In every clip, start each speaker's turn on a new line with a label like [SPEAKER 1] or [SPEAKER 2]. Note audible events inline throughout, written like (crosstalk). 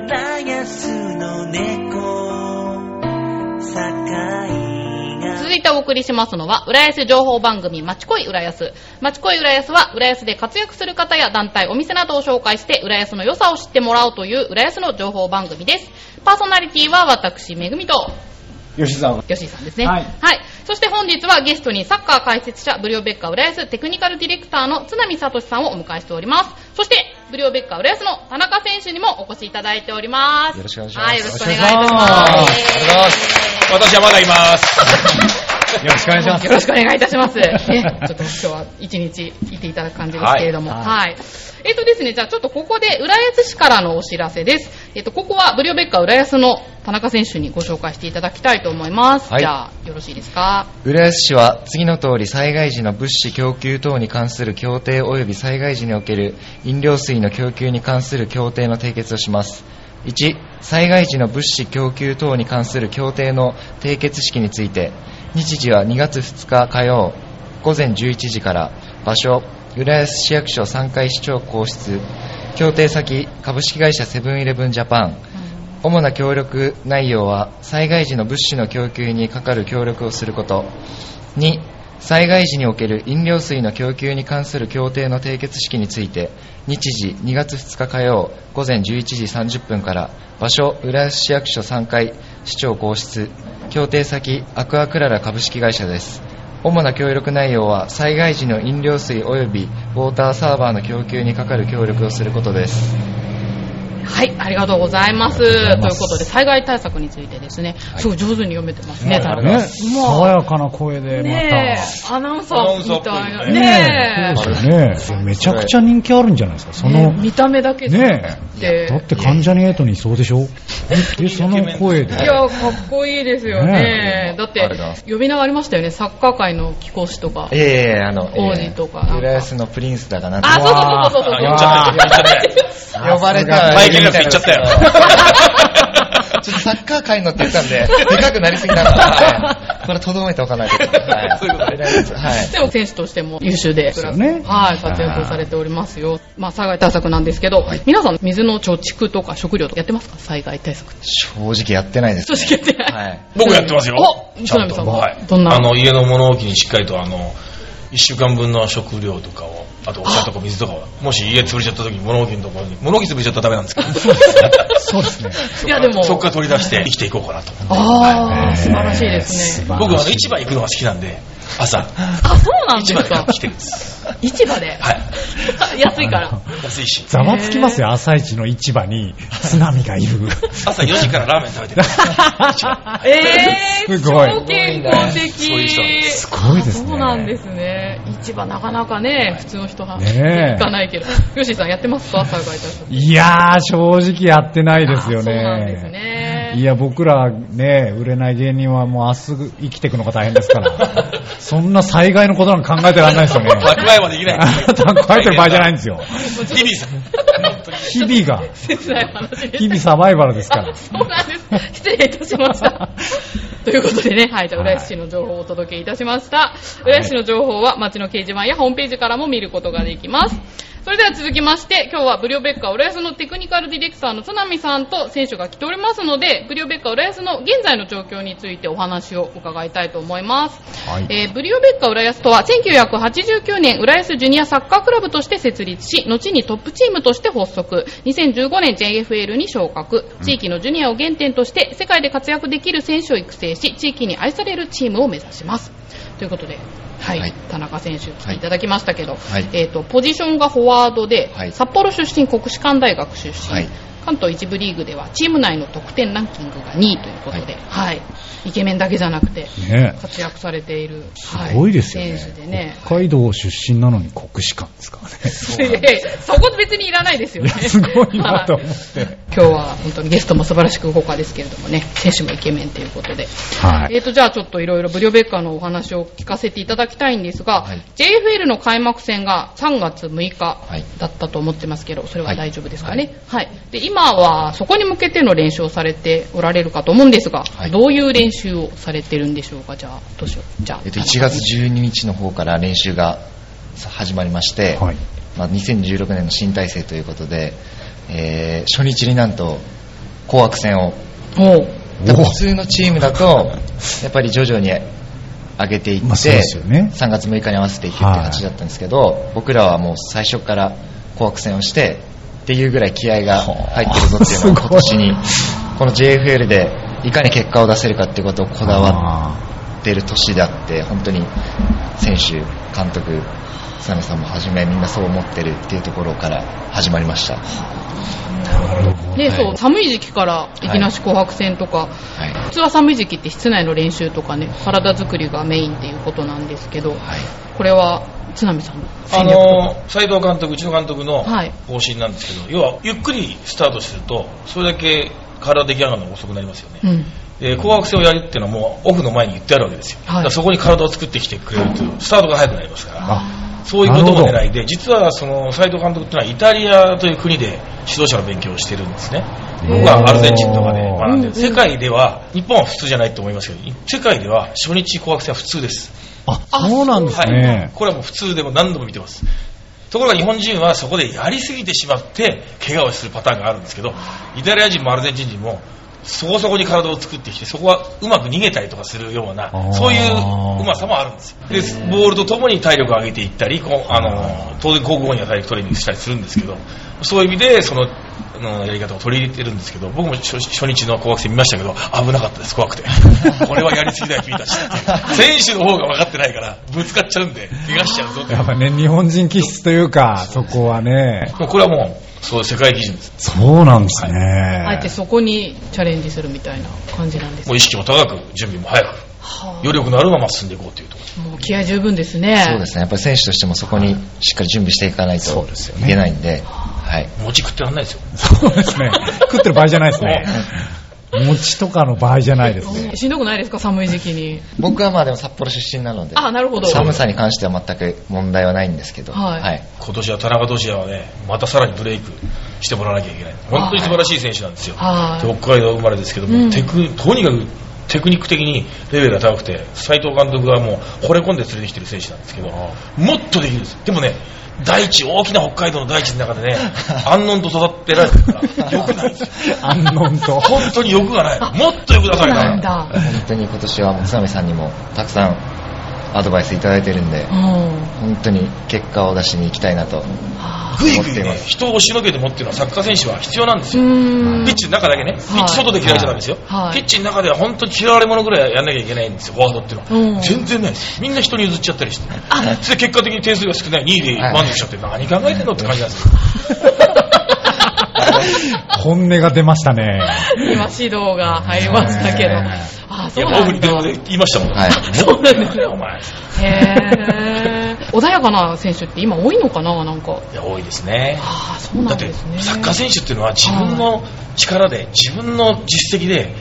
[SPEAKER 1] ラスの猫堺が
[SPEAKER 2] 続いてお送りしますのは、浦安情報番組、まちこい浦安。まちこい浦安は、浦安で活躍する方や団体、お店などを紹介して、浦安の良さを知ってもらおうという、浦安の情報番組です。パーソナリティは、私、めぐみと、
[SPEAKER 3] 吉沢
[SPEAKER 2] よしさんですね。は。
[SPEAKER 3] はいい
[SPEAKER 2] そして本日はゲストにサッカー解説者、ブリオベッカ浦安テクニカルディレクターの津波聡さんをお迎えしております。そして、ブリオベッカ浦安の田中選手にもお越しいただいております。
[SPEAKER 4] よろしくお願いします
[SPEAKER 2] はい、よろしくお願いいたします。イエーイ
[SPEAKER 4] 私はまだいます。
[SPEAKER 3] よろしくお願いします
[SPEAKER 2] よろしくお願いいたします。ね、 (laughs) ちょっと今日は一日いていただく感じですけれども。は。
[SPEAKER 3] はいい
[SPEAKER 2] えっ、とですね、じゃあちょっとここで浦安市からのお知らせです。えっ、と、ここはブリオベッカ浦安の田中選手にご紹介していただきたいと思います。
[SPEAKER 4] はい
[SPEAKER 2] じゃあ、よろしいですか。
[SPEAKER 4] 浦安市は次の通り災害時の物資供給等に関する協定及び災害時における飲料水の供給に関する協定の締結をします。1、災害時の物資供給等に関する協定の締結式について、日時は2月2日火曜午前11時から、場所、浦安市役所3階市長公室、協定先、株式会社セブンイレブンジャパン、主な協力内容は災害時の物資の供給にかかる協力をすること2災害時における飲料水の供給に関する協定の締結式について日時2月2日火曜午前11時30分から場所浦安市役所3階市長公室協定先アクアクララ株式会社です主な協力内容は災害時の飲料水及びウォーターサーバーの供給にかかる協力をすることです
[SPEAKER 2] はい、ありがとうございます。と
[SPEAKER 3] あ
[SPEAKER 2] い
[SPEAKER 3] りがとうございます
[SPEAKER 2] うことで、災害対策についてですね、すごい上手に読めてますね、田中
[SPEAKER 3] ね
[SPEAKER 2] さんもう
[SPEAKER 3] 爽やかな声でま
[SPEAKER 2] ね
[SPEAKER 3] た
[SPEAKER 2] え、アナウンサーみたいな。ね
[SPEAKER 3] ね
[SPEAKER 2] え。
[SPEAKER 3] えねえめちゃくちゃ人気あるんじゃないですかその
[SPEAKER 2] ね見た目だけじゃな
[SPEAKER 3] ね
[SPEAKER 2] く
[SPEAKER 3] え
[SPEAKER 2] て。
[SPEAKER 3] だって関ジャニエイトにいそうでしょでその声で
[SPEAKER 2] いや、かっこいいですよね
[SPEAKER 3] ね。
[SPEAKER 2] だっ
[SPEAKER 4] あれだ
[SPEAKER 2] て、呼び名がありましたよね、サッカー界の貴公子とか
[SPEAKER 4] い。やいやいやあの、
[SPEAKER 2] 王子とかなんか
[SPEAKER 4] 浦安のプリンスだかなんと
[SPEAKER 2] あ、そうそうそうそうそう。
[SPEAKER 3] う
[SPEAKER 2] 呼
[SPEAKER 3] わー
[SPEAKER 2] んじゃった
[SPEAKER 4] 呼ばれた。
[SPEAKER 3] マイ
[SPEAKER 4] ケルが言っちゃったよ。 (laughs) ちょっとサッカー界のって言ったんで、でかくなりすぎなので、はいこれ留めておかないと。はい。そういうことです。はい。
[SPEAKER 2] でも選手としても優秀で、
[SPEAKER 3] そうですよね
[SPEAKER 2] はい、活躍をされておりますよ。まあ、災害対策なんですけど、皆さん、水の貯蓄とか食料とかやってますか災害対策って。
[SPEAKER 4] 正直やってないです。
[SPEAKER 2] 正直やってない
[SPEAKER 4] はい。
[SPEAKER 5] 僕やってますよ。
[SPEAKER 2] お
[SPEAKER 5] ちゃん
[SPEAKER 2] ちなみさ
[SPEAKER 5] と。
[SPEAKER 2] んは
[SPEAKER 5] はい。
[SPEAKER 2] どんな
[SPEAKER 5] あの、家の物置にしっかりと、あの、一週間分の食料とかを、あとお茶とか水とかを、もし家潰れちゃった時に物置のところに、物置潰れちゃったらダメなんですけど、
[SPEAKER 3] そうですね
[SPEAKER 2] (laughs) いや、でも、
[SPEAKER 5] そこから取り出して生きていこうかなと思って。
[SPEAKER 2] ああ、素晴らしいですね。
[SPEAKER 5] 僕はあの
[SPEAKER 3] ね
[SPEAKER 5] 市場行くのが好きなんで、朝、
[SPEAKER 2] あ、そうなんで
[SPEAKER 5] 市
[SPEAKER 2] す
[SPEAKER 5] 場で買っ
[SPEAKER 2] か
[SPEAKER 5] てきてるんです。
[SPEAKER 2] 市場で。 (laughs) 安いから。
[SPEAKER 5] 安いし。
[SPEAKER 3] ざわつきますよ朝市の市場に津波がいる
[SPEAKER 5] 朝4時からラーメン食べてる。
[SPEAKER 2] えー、
[SPEAKER 3] (laughs) すごい
[SPEAKER 2] 超健康的。
[SPEAKER 5] そういう人なんです
[SPEAKER 3] すごいですね
[SPEAKER 2] そうなんですね。市場なかなかね、普通の人は
[SPEAKER 3] ねえ
[SPEAKER 2] 行かないけど。ヨシーさんやってますか災害対策。
[SPEAKER 3] いやー正直やってないですよ
[SPEAKER 2] あ
[SPEAKER 3] ね
[SPEAKER 2] そうなんですね。
[SPEAKER 3] いや、僕らね、売れない芸人はもう明日生きていくのが大変ですから、そんな災害のことなんか考えてらんない (laughs) ですよね。
[SPEAKER 5] 宅配はできない。
[SPEAKER 3] 考えてる場合じゃ
[SPEAKER 5] (laughs)
[SPEAKER 3] ないん (laughs) ですよ。
[SPEAKER 5] リビーさん。
[SPEAKER 3] 日々が、
[SPEAKER 2] 切ない話で
[SPEAKER 3] 日々
[SPEAKER 2] し
[SPEAKER 3] サバイバルですか
[SPEAKER 2] た。あ (laughs)
[SPEAKER 3] ら。
[SPEAKER 2] そうなんです。失礼いたしま
[SPEAKER 3] (laughs)
[SPEAKER 2] した。ということでね、はい、じゃあ、浦安市の情報をお届けいたしました。浦安市の情報は街の掲示板やホームページからも見ることができます。それでは続きまして、今日はブリオベッカ浦安のテクニカルディレクターの津波さんと選手が来ておりますので、ブリオベッカ浦安の現在の状況についてお話を伺いたいと思います。
[SPEAKER 3] はい
[SPEAKER 2] えーブリオベッカ浦安とは1989年浦安ジュニアサッカークラブとして設立し後にトップチームとして発足2015年 JFL に昇格地域のジュニアを原点として世界で活躍できる選手を育成し地域に愛されるチームを目指しますということで、はい
[SPEAKER 4] はい
[SPEAKER 2] 田中選手来ていただきましたけど、
[SPEAKER 4] はい
[SPEAKER 2] えー、とポジションがフォワードで、
[SPEAKER 4] はい
[SPEAKER 2] 札幌出身国士舘大学出身、
[SPEAKER 4] はい
[SPEAKER 2] 関東一部リーグではチーム内の得点ランキングが2位ということで、はいイケメンだけじゃなくて
[SPEAKER 3] ね
[SPEAKER 2] 活躍されている、は
[SPEAKER 3] すごいですよね
[SPEAKER 2] 選手でね。
[SPEAKER 3] 北海道出身なのに国士舘です (laughs) からね。
[SPEAKER 2] いやいやそこ別にいらないですよね。
[SPEAKER 3] すごいなと
[SPEAKER 2] は
[SPEAKER 3] 思って。
[SPEAKER 2] 今日は本当にゲストも素晴らしく豪華ですけれどもね、選手もイケメンということで。
[SPEAKER 3] はい。
[SPEAKER 2] えっ、と、じゃあちょっといろいろブリオベッカーのお話を聞かせていただきたいんですが、
[SPEAKER 4] はい
[SPEAKER 2] JFL の開幕戦が3月6日
[SPEAKER 4] い
[SPEAKER 2] だったと思ってますけど、それは大丈夫ですかね。はい。で、今はそこに向けての練習をされておられるかと思うんですが、
[SPEAKER 4] はい
[SPEAKER 2] どういう練習をされてるんでしょうか、じゃあ、どうしよう。じゃあ、
[SPEAKER 4] えっと、1月12日の方から練習が始まりまして、
[SPEAKER 3] はい
[SPEAKER 4] まあ、2016年の新体制ということで、えー初日になんと、紅白戦を
[SPEAKER 2] おう
[SPEAKER 4] で普通のチームだとやっぱり徐々に上げていって、
[SPEAKER 3] まあそうですよね
[SPEAKER 4] 3月6日に合わせていくって形だったんですけど、僕らはもう最初から紅白戦をしてっていうぐらい気合が入ってるぞっていうのを
[SPEAKER 3] はあ
[SPEAKER 4] 今年にこの JFL でいかに結果を出せるかっていうことをこだわってる年であって本当に選手、監督サメさんもはじめみんなそう思ってるっていうところから始まりました。
[SPEAKER 2] で、そう、寒い時期から、いきなし紅白戦とか、
[SPEAKER 4] はい
[SPEAKER 2] 普通は寒い時期って室内の練習とかね、体作りがメインっていうことなんですけど、
[SPEAKER 4] はい
[SPEAKER 2] これは、津波さんの
[SPEAKER 5] あ
[SPEAKER 2] 戦略とか。
[SPEAKER 5] の斉藤監督、うちの監督の
[SPEAKER 2] はい
[SPEAKER 5] 方針なんですけど、要はゆっくりスタートすると、それだけ体出来上がるのが遅くなりますよね、
[SPEAKER 2] うん。
[SPEAKER 5] で紅白戦をやるっていうのは、もうオフの前に言ってあるわけですよ、
[SPEAKER 2] はい
[SPEAKER 5] だからそこに体を作ってきてくれると、スタートが早くなりますから、
[SPEAKER 3] あ
[SPEAKER 5] そういうことも
[SPEAKER 3] なる
[SPEAKER 5] 狙いで、実はその斉藤監督っていうのは、イタリアという国で指導者の勉強をしてるんですね、
[SPEAKER 3] ー
[SPEAKER 5] 僕はアルゼンチンとかで学んで
[SPEAKER 2] うんうん
[SPEAKER 5] る、世界では、日本は普通じゃないと思いますけど、世界では初日紅白戦は普通です。
[SPEAKER 3] あそうなんです
[SPEAKER 5] はい
[SPEAKER 3] ね、
[SPEAKER 5] これはもう普通でも何度も見てます。ところが日本人はそこでやりすぎてしまって怪我をするパターンがあるんですけど、イタリア人もアルゼンチン人もそこそこに体を作ってきて、そこはうまく逃げたりとかするよう
[SPEAKER 3] あー
[SPEAKER 5] な、そういううまさもあるんですよ。で、ボールとともに体力を上げていったり、こうあの当然高校には体力トレーニングしたりするんですけど、そういう意味でその、あのやり方を取り入れてるんですけど、僕も初初日の紅白戦見ましたけど、危なかったです、
[SPEAKER 3] (laughs)
[SPEAKER 5] 怖くて。これはやりすぎだよ、君たち。選手の方が分かってないから、ぶつかっちゃうんで、怪我しちゃうぞって
[SPEAKER 3] やっぱね、日本人気質というか、そこはね、
[SPEAKER 5] もうこれはもう、そう、世界基準です。
[SPEAKER 3] そうなんです
[SPEAKER 2] あえて
[SPEAKER 3] ね。
[SPEAKER 2] そこにチャレンジするみたいな感じなんです
[SPEAKER 5] もう意識も高く、準備も早く、
[SPEAKER 2] はあ
[SPEAKER 5] 余力のあるまま進んでいこうというところ
[SPEAKER 2] もう気合十分ですね。
[SPEAKER 4] そうですね、やっぱり選手としてもそこにしっかり準備していかないといけないんで、はい、
[SPEAKER 5] で。餅食ってらんないですよ。
[SPEAKER 3] そうですね。食ってる場合じゃないですね。餅とかの場合じゃないです (laughs) ね。
[SPEAKER 2] えしんどくないですか寒い時期に。
[SPEAKER 4] 僕はまあでも札幌出身なので、
[SPEAKER 2] あ、なるほど。
[SPEAKER 4] 寒さに関しては全く問題はないんですけど、
[SPEAKER 2] は
[SPEAKER 4] はいい
[SPEAKER 5] 今年は田中俊也はね、またさらにブレイクしてもらわなきゃいけない。本当に素晴らしい選手なんですよ。
[SPEAKER 2] はい
[SPEAKER 5] で北海道生まれですけども、
[SPEAKER 2] うん
[SPEAKER 5] テクとにかくテクニック的にレベルが高くて、斉藤監督がもう惚れ込んで連れてきてる選手なんですけど、もっとできるんです。でもね、大地、大きな北海道の大地の中でね、安穏と育てられてる
[SPEAKER 2] (laughs)
[SPEAKER 5] から、よくないんですよ。
[SPEAKER 3] 安穏と。
[SPEAKER 5] 本当に欲がない。もっと欲出さ
[SPEAKER 2] そうな
[SPEAKER 5] ない
[SPEAKER 2] ん
[SPEAKER 5] と。
[SPEAKER 2] だ。
[SPEAKER 4] 本当に今年はもう津波さんにもたくさんアドバイスいただいてるんで
[SPEAKER 2] う、ん。
[SPEAKER 4] 本当に結果を出しに行きたいなと、
[SPEAKER 2] はあ
[SPEAKER 4] (laughs)
[SPEAKER 5] ぐいぐいね、人を押しのけて持ってるのはサッカー選手は必要なんです
[SPEAKER 2] う
[SPEAKER 5] よ。
[SPEAKER 2] ーん
[SPEAKER 5] ピッチの中だけね、ピッチ外で嫌いじゃダメですよ、
[SPEAKER 2] はい
[SPEAKER 5] ピッチの中では本当に嫌われ者ぐらいやんなきゃいけないんですよ、フォワードっていうの
[SPEAKER 2] うん
[SPEAKER 5] は。全然ないです。みんな人に譲っちゃったりして。で、結果的に点数が少ない、2位で満足しちゃって、何考えてんのって感じなんですよ。
[SPEAKER 3] 本音が出ましたね。
[SPEAKER 2] 今指導が入りましたけど
[SPEAKER 3] ね。
[SPEAKER 2] あ、
[SPEAKER 5] い
[SPEAKER 2] そう
[SPEAKER 5] や、オ
[SPEAKER 2] な
[SPEAKER 5] フ
[SPEAKER 2] ん
[SPEAKER 5] に
[SPEAKER 2] だ
[SPEAKER 5] 電。話で言いましたもん。
[SPEAKER 4] はい
[SPEAKER 2] (laughs) そうなんです
[SPEAKER 5] ね、お
[SPEAKER 2] よ。
[SPEAKER 5] 前。
[SPEAKER 2] へー。穏やかな選手って今多いのかななんか。
[SPEAKER 5] いや、多いですね。
[SPEAKER 2] ああ、そうな
[SPEAKER 5] だ
[SPEAKER 2] ん
[SPEAKER 5] って
[SPEAKER 2] ですね。
[SPEAKER 5] サッカー選手っていうのは自分の力で自分の実績で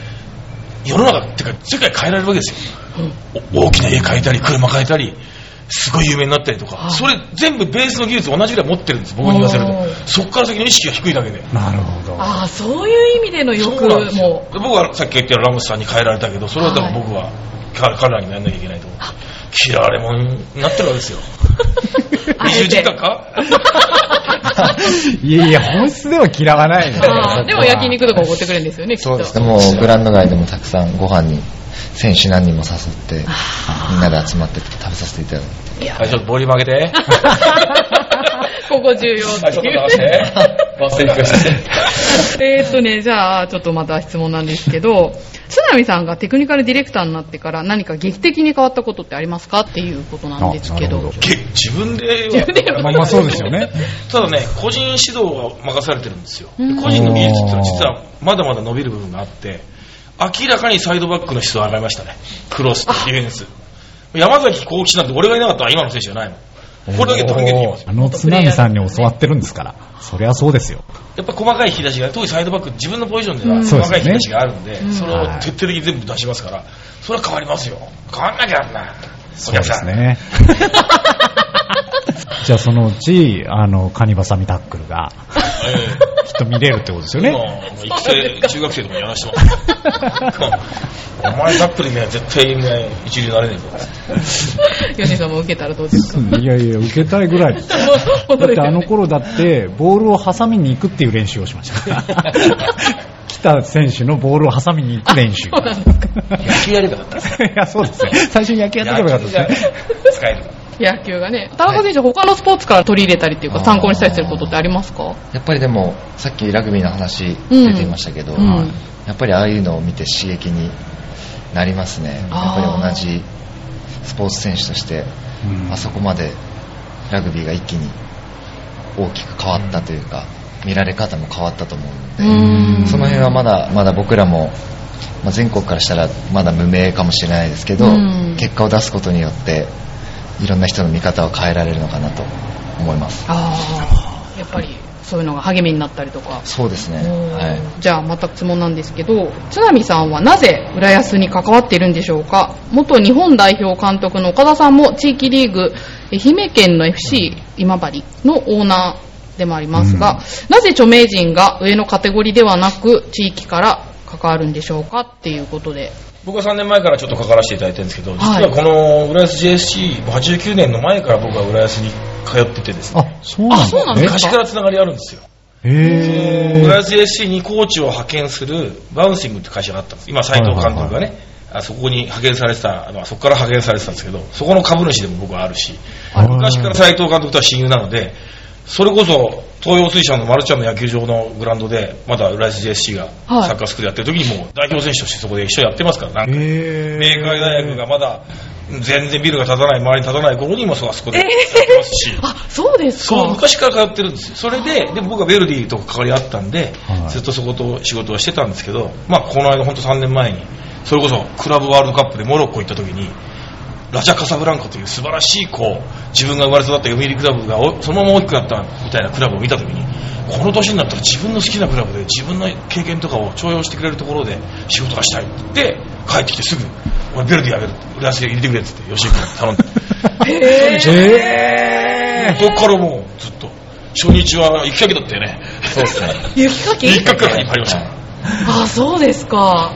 [SPEAKER 5] 世の中っていうか世界変えられるわけですよお大きな家変えたり車変えたりすごい有名になったりと
[SPEAKER 2] は
[SPEAKER 5] か
[SPEAKER 2] い
[SPEAKER 5] それ全部ベースの技術同じぐらい持ってるんです僕に言わせる
[SPEAKER 2] おー
[SPEAKER 5] とそこから先の意識が低いだけで
[SPEAKER 3] なるほど。
[SPEAKER 2] ああ、そういう意味での
[SPEAKER 5] そう
[SPEAKER 2] 欲
[SPEAKER 5] なんですよ
[SPEAKER 2] も。
[SPEAKER 5] で僕はさっき言ったようにラモスさんに変えられたけどそれは多分僕は彼彼らにもやんなきゃいけないと思う嫌われ者になってるわけですよ
[SPEAKER 2] あえ
[SPEAKER 5] 20時
[SPEAKER 2] て (laughs)
[SPEAKER 5] 間か
[SPEAKER 3] いやいや、本質では嫌わないね
[SPEAKER 2] ああでも焼肉とかおごってくれるんですよね、きっと。
[SPEAKER 4] そうですね、もうグラウンド外でもたくさんご飯に選手何人も誘って、みんなで集まって食べさせていただいて。
[SPEAKER 2] いや
[SPEAKER 5] はいちょっとボリューム上げて
[SPEAKER 2] (laughs) ここ重要
[SPEAKER 5] はい
[SPEAKER 2] っ
[SPEAKER 5] ちょってと
[SPEAKER 2] い
[SPEAKER 5] 流
[SPEAKER 2] う
[SPEAKER 5] し。て
[SPEAKER 2] (laughs)
[SPEAKER 5] 忘れてください
[SPEAKER 2] えーっとね、じゃあ、ちょっとまた質問なんですけど、津波さんがテクニカルディレクターになってから何か劇的に変わったことってありますかっていうことなんですけど。
[SPEAKER 3] あなるほ
[SPEAKER 5] け自分で
[SPEAKER 2] 自分でやる
[SPEAKER 3] まあまあそうですよね。
[SPEAKER 5] ただね個人指導が任されてるんですよ
[SPEAKER 2] うん
[SPEAKER 5] で個人の技術っていうのは実はまだまだ伸びる部分があって明らかにサイドバックの質は上がりましたねクロスとディフェンス山崎幸吉なんて俺がいなかったら今の選手じゃないもんこれだけ飛び出てきますよ
[SPEAKER 3] あの津波さんに教わってるんですから。そりゃそうですよ。
[SPEAKER 5] やっぱ細かい引き出しが特にサイドバック自分のポジションでは
[SPEAKER 2] うん
[SPEAKER 5] 細かい引き出しがあるんで、
[SPEAKER 2] うん
[SPEAKER 5] それを徹底的に全部出しますからそれは変わりますよ変わんなきゃなんなお
[SPEAKER 3] そうで
[SPEAKER 5] 客さ
[SPEAKER 3] す
[SPEAKER 5] ん、
[SPEAKER 3] ね。 (laughs) じゃあそのうち、あの、カニバサミタックルが、
[SPEAKER 5] え
[SPEAKER 3] (laughs)
[SPEAKER 5] え
[SPEAKER 3] きっと見れるってことですよね。
[SPEAKER 5] (laughs) うん育成、中学生とかやらしてもらって。お前タックルには絶対ね、一流になれねえぞ。
[SPEAKER 2] 吉井さんも受けたらどうですか
[SPEAKER 3] いやいや、受けたいぐらいです。だ
[SPEAKER 2] 本当で
[SPEAKER 3] って
[SPEAKER 2] す
[SPEAKER 4] (laughs)
[SPEAKER 3] あ
[SPEAKER 2] よ
[SPEAKER 3] の
[SPEAKER 2] ね
[SPEAKER 3] 頃だって、ボールを挟みに行くっていう練習をしました。きった選手のボールを挟みに行く練習。
[SPEAKER 2] そうなんですか。
[SPEAKER 5] 野球やりたかったです。
[SPEAKER 3] いや、そうですね。最初に野球やってればよかったですね。
[SPEAKER 5] 使えるから
[SPEAKER 2] 野球がね。田中選手、他のスポーツから取り入れたりっていうか、
[SPEAKER 4] あー
[SPEAKER 2] 参考にしたりすることってありますか
[SPEAKER 4] やっぱりでもさっきラグビーの話出ていましたけど、
[SPEAKER 2] うんうん
[SPEAKER 4] やっぱりああいうのを見て刺激になりますねやっ
[SPEAKER 2] あ
[SPEAKER 4] ぱ
[SPEAKER 2] ー
[SPEAKER 4] り同じスポーツ選手として、あそこまでラグビーが一気に大きく変わったというか、見られ方も変わったと思うので、
[SPEAKER 2] ん
[SPEAKER 4] その辺はまだまだ僕らも、まあ全国からしたらまだ無名かもしれないですけど、
[SPEAKER 2] うん
[SPEAKER 4] 結果を出すことによっていろんな人の見方を変えられるのかなと思います
[SPEAKER 2] ああ、やっぱりそういうのが励みになったりとか。
[SPEAKER 4] そうですね、はい
[SPEAKER 2] じゃあまた質問なんですけど津波さんはなぜ浦安に関わっているんでしょうか元日本代表監督の岡田さんも地域リーグ愛媛県の FC 今治のオーナーでもありますが、なぜ著名人が上のカテゴリーではなく地域から関わるんでしょうかっていうことで
[SPEAKER 5] 僕は3年前からちょっと関わらせていただいてるんですけど、実
[SPEAKER 2] はい
[SPEAKER 5] はこの浦安 JSC、89年の前から僕は浦安に通っててですね、
[SPEAKER 3] あ、そうなんだ。
[SPEAKER 2] あそうなんです
[SPEAKER 5] 昔からつながりあるんですよ。
[SPEAKER 3] へ
[SPEAKER 5] 浦
[SPEAKER 3] ぇ
[SPEAKER 5] 安 JSC にコーチを派遣するバウンシングって会社があったんです。今、斎藤監督が
[SPEAKER 3] はいはい
[SPEAKER 5] ね、あそこに派遣されてた、あのそこから派遣されてたんですけど、そこの株主でも僕はあるし、
[SPEAKER 3] はい
[SPEAKER 5] 昔から斎藤監督とは親友なので、それこそ東洋水産のマルちゃんの野球場のグラウンドで、まだ浦安 JSC が
[SPEAKER 2] はい
[SPEAKER 5] サッカースクールやってる時にもう代表選手としてそこで一緒にやってますから、なんか
[SPEAKER 3] へ
[SPEAKER 5] 明海大学がまだ全然ビルが建たない、周りに建たない頃にもそうあそこでやってます
[SPEAKER 2] (laughs)
[SPEAKER 5] し。
[SPEAKER 2] あそうです
[SPEAKER 5] そう、
[SPEAKER 2] か
[SPEAKER 5] 昔から通ってるんですよ。それで、でも僕はベルディと関わりあったんで、
[SPEAKER 3] はい
[SPEAKER 5] ずっとそこと仕事をしてたんですけど、まあ、この間、本当3年前に、それこそクラブワールドカップでモロッコ行った時に、ラジャカサブランカという素晴らしいこう自分が生まれ育った読売クラブがおそのまま大きくなったみたいなクラブを見た時にこの年になったら自分の好きなクラブで自分の経験とかを重用してくれるところで仕事がしたいって帰ってきてすぐ俺ベルディやめる浦安で入れてくれって言って吉井君頼んで
[SPEAKER 2] へー
[SPEAKER 5] (laughs)
[SPEAKER 3] へ
[SPEAKER 5] そこからもうずっと初日は行きかけだったよね
[SPEAKER 4] そうですね
[SPEAKER 2] 雪かき
[SPEAKER 5] (laughs) 一角から引っ張りました、
[SPEAKER 2] あそうですか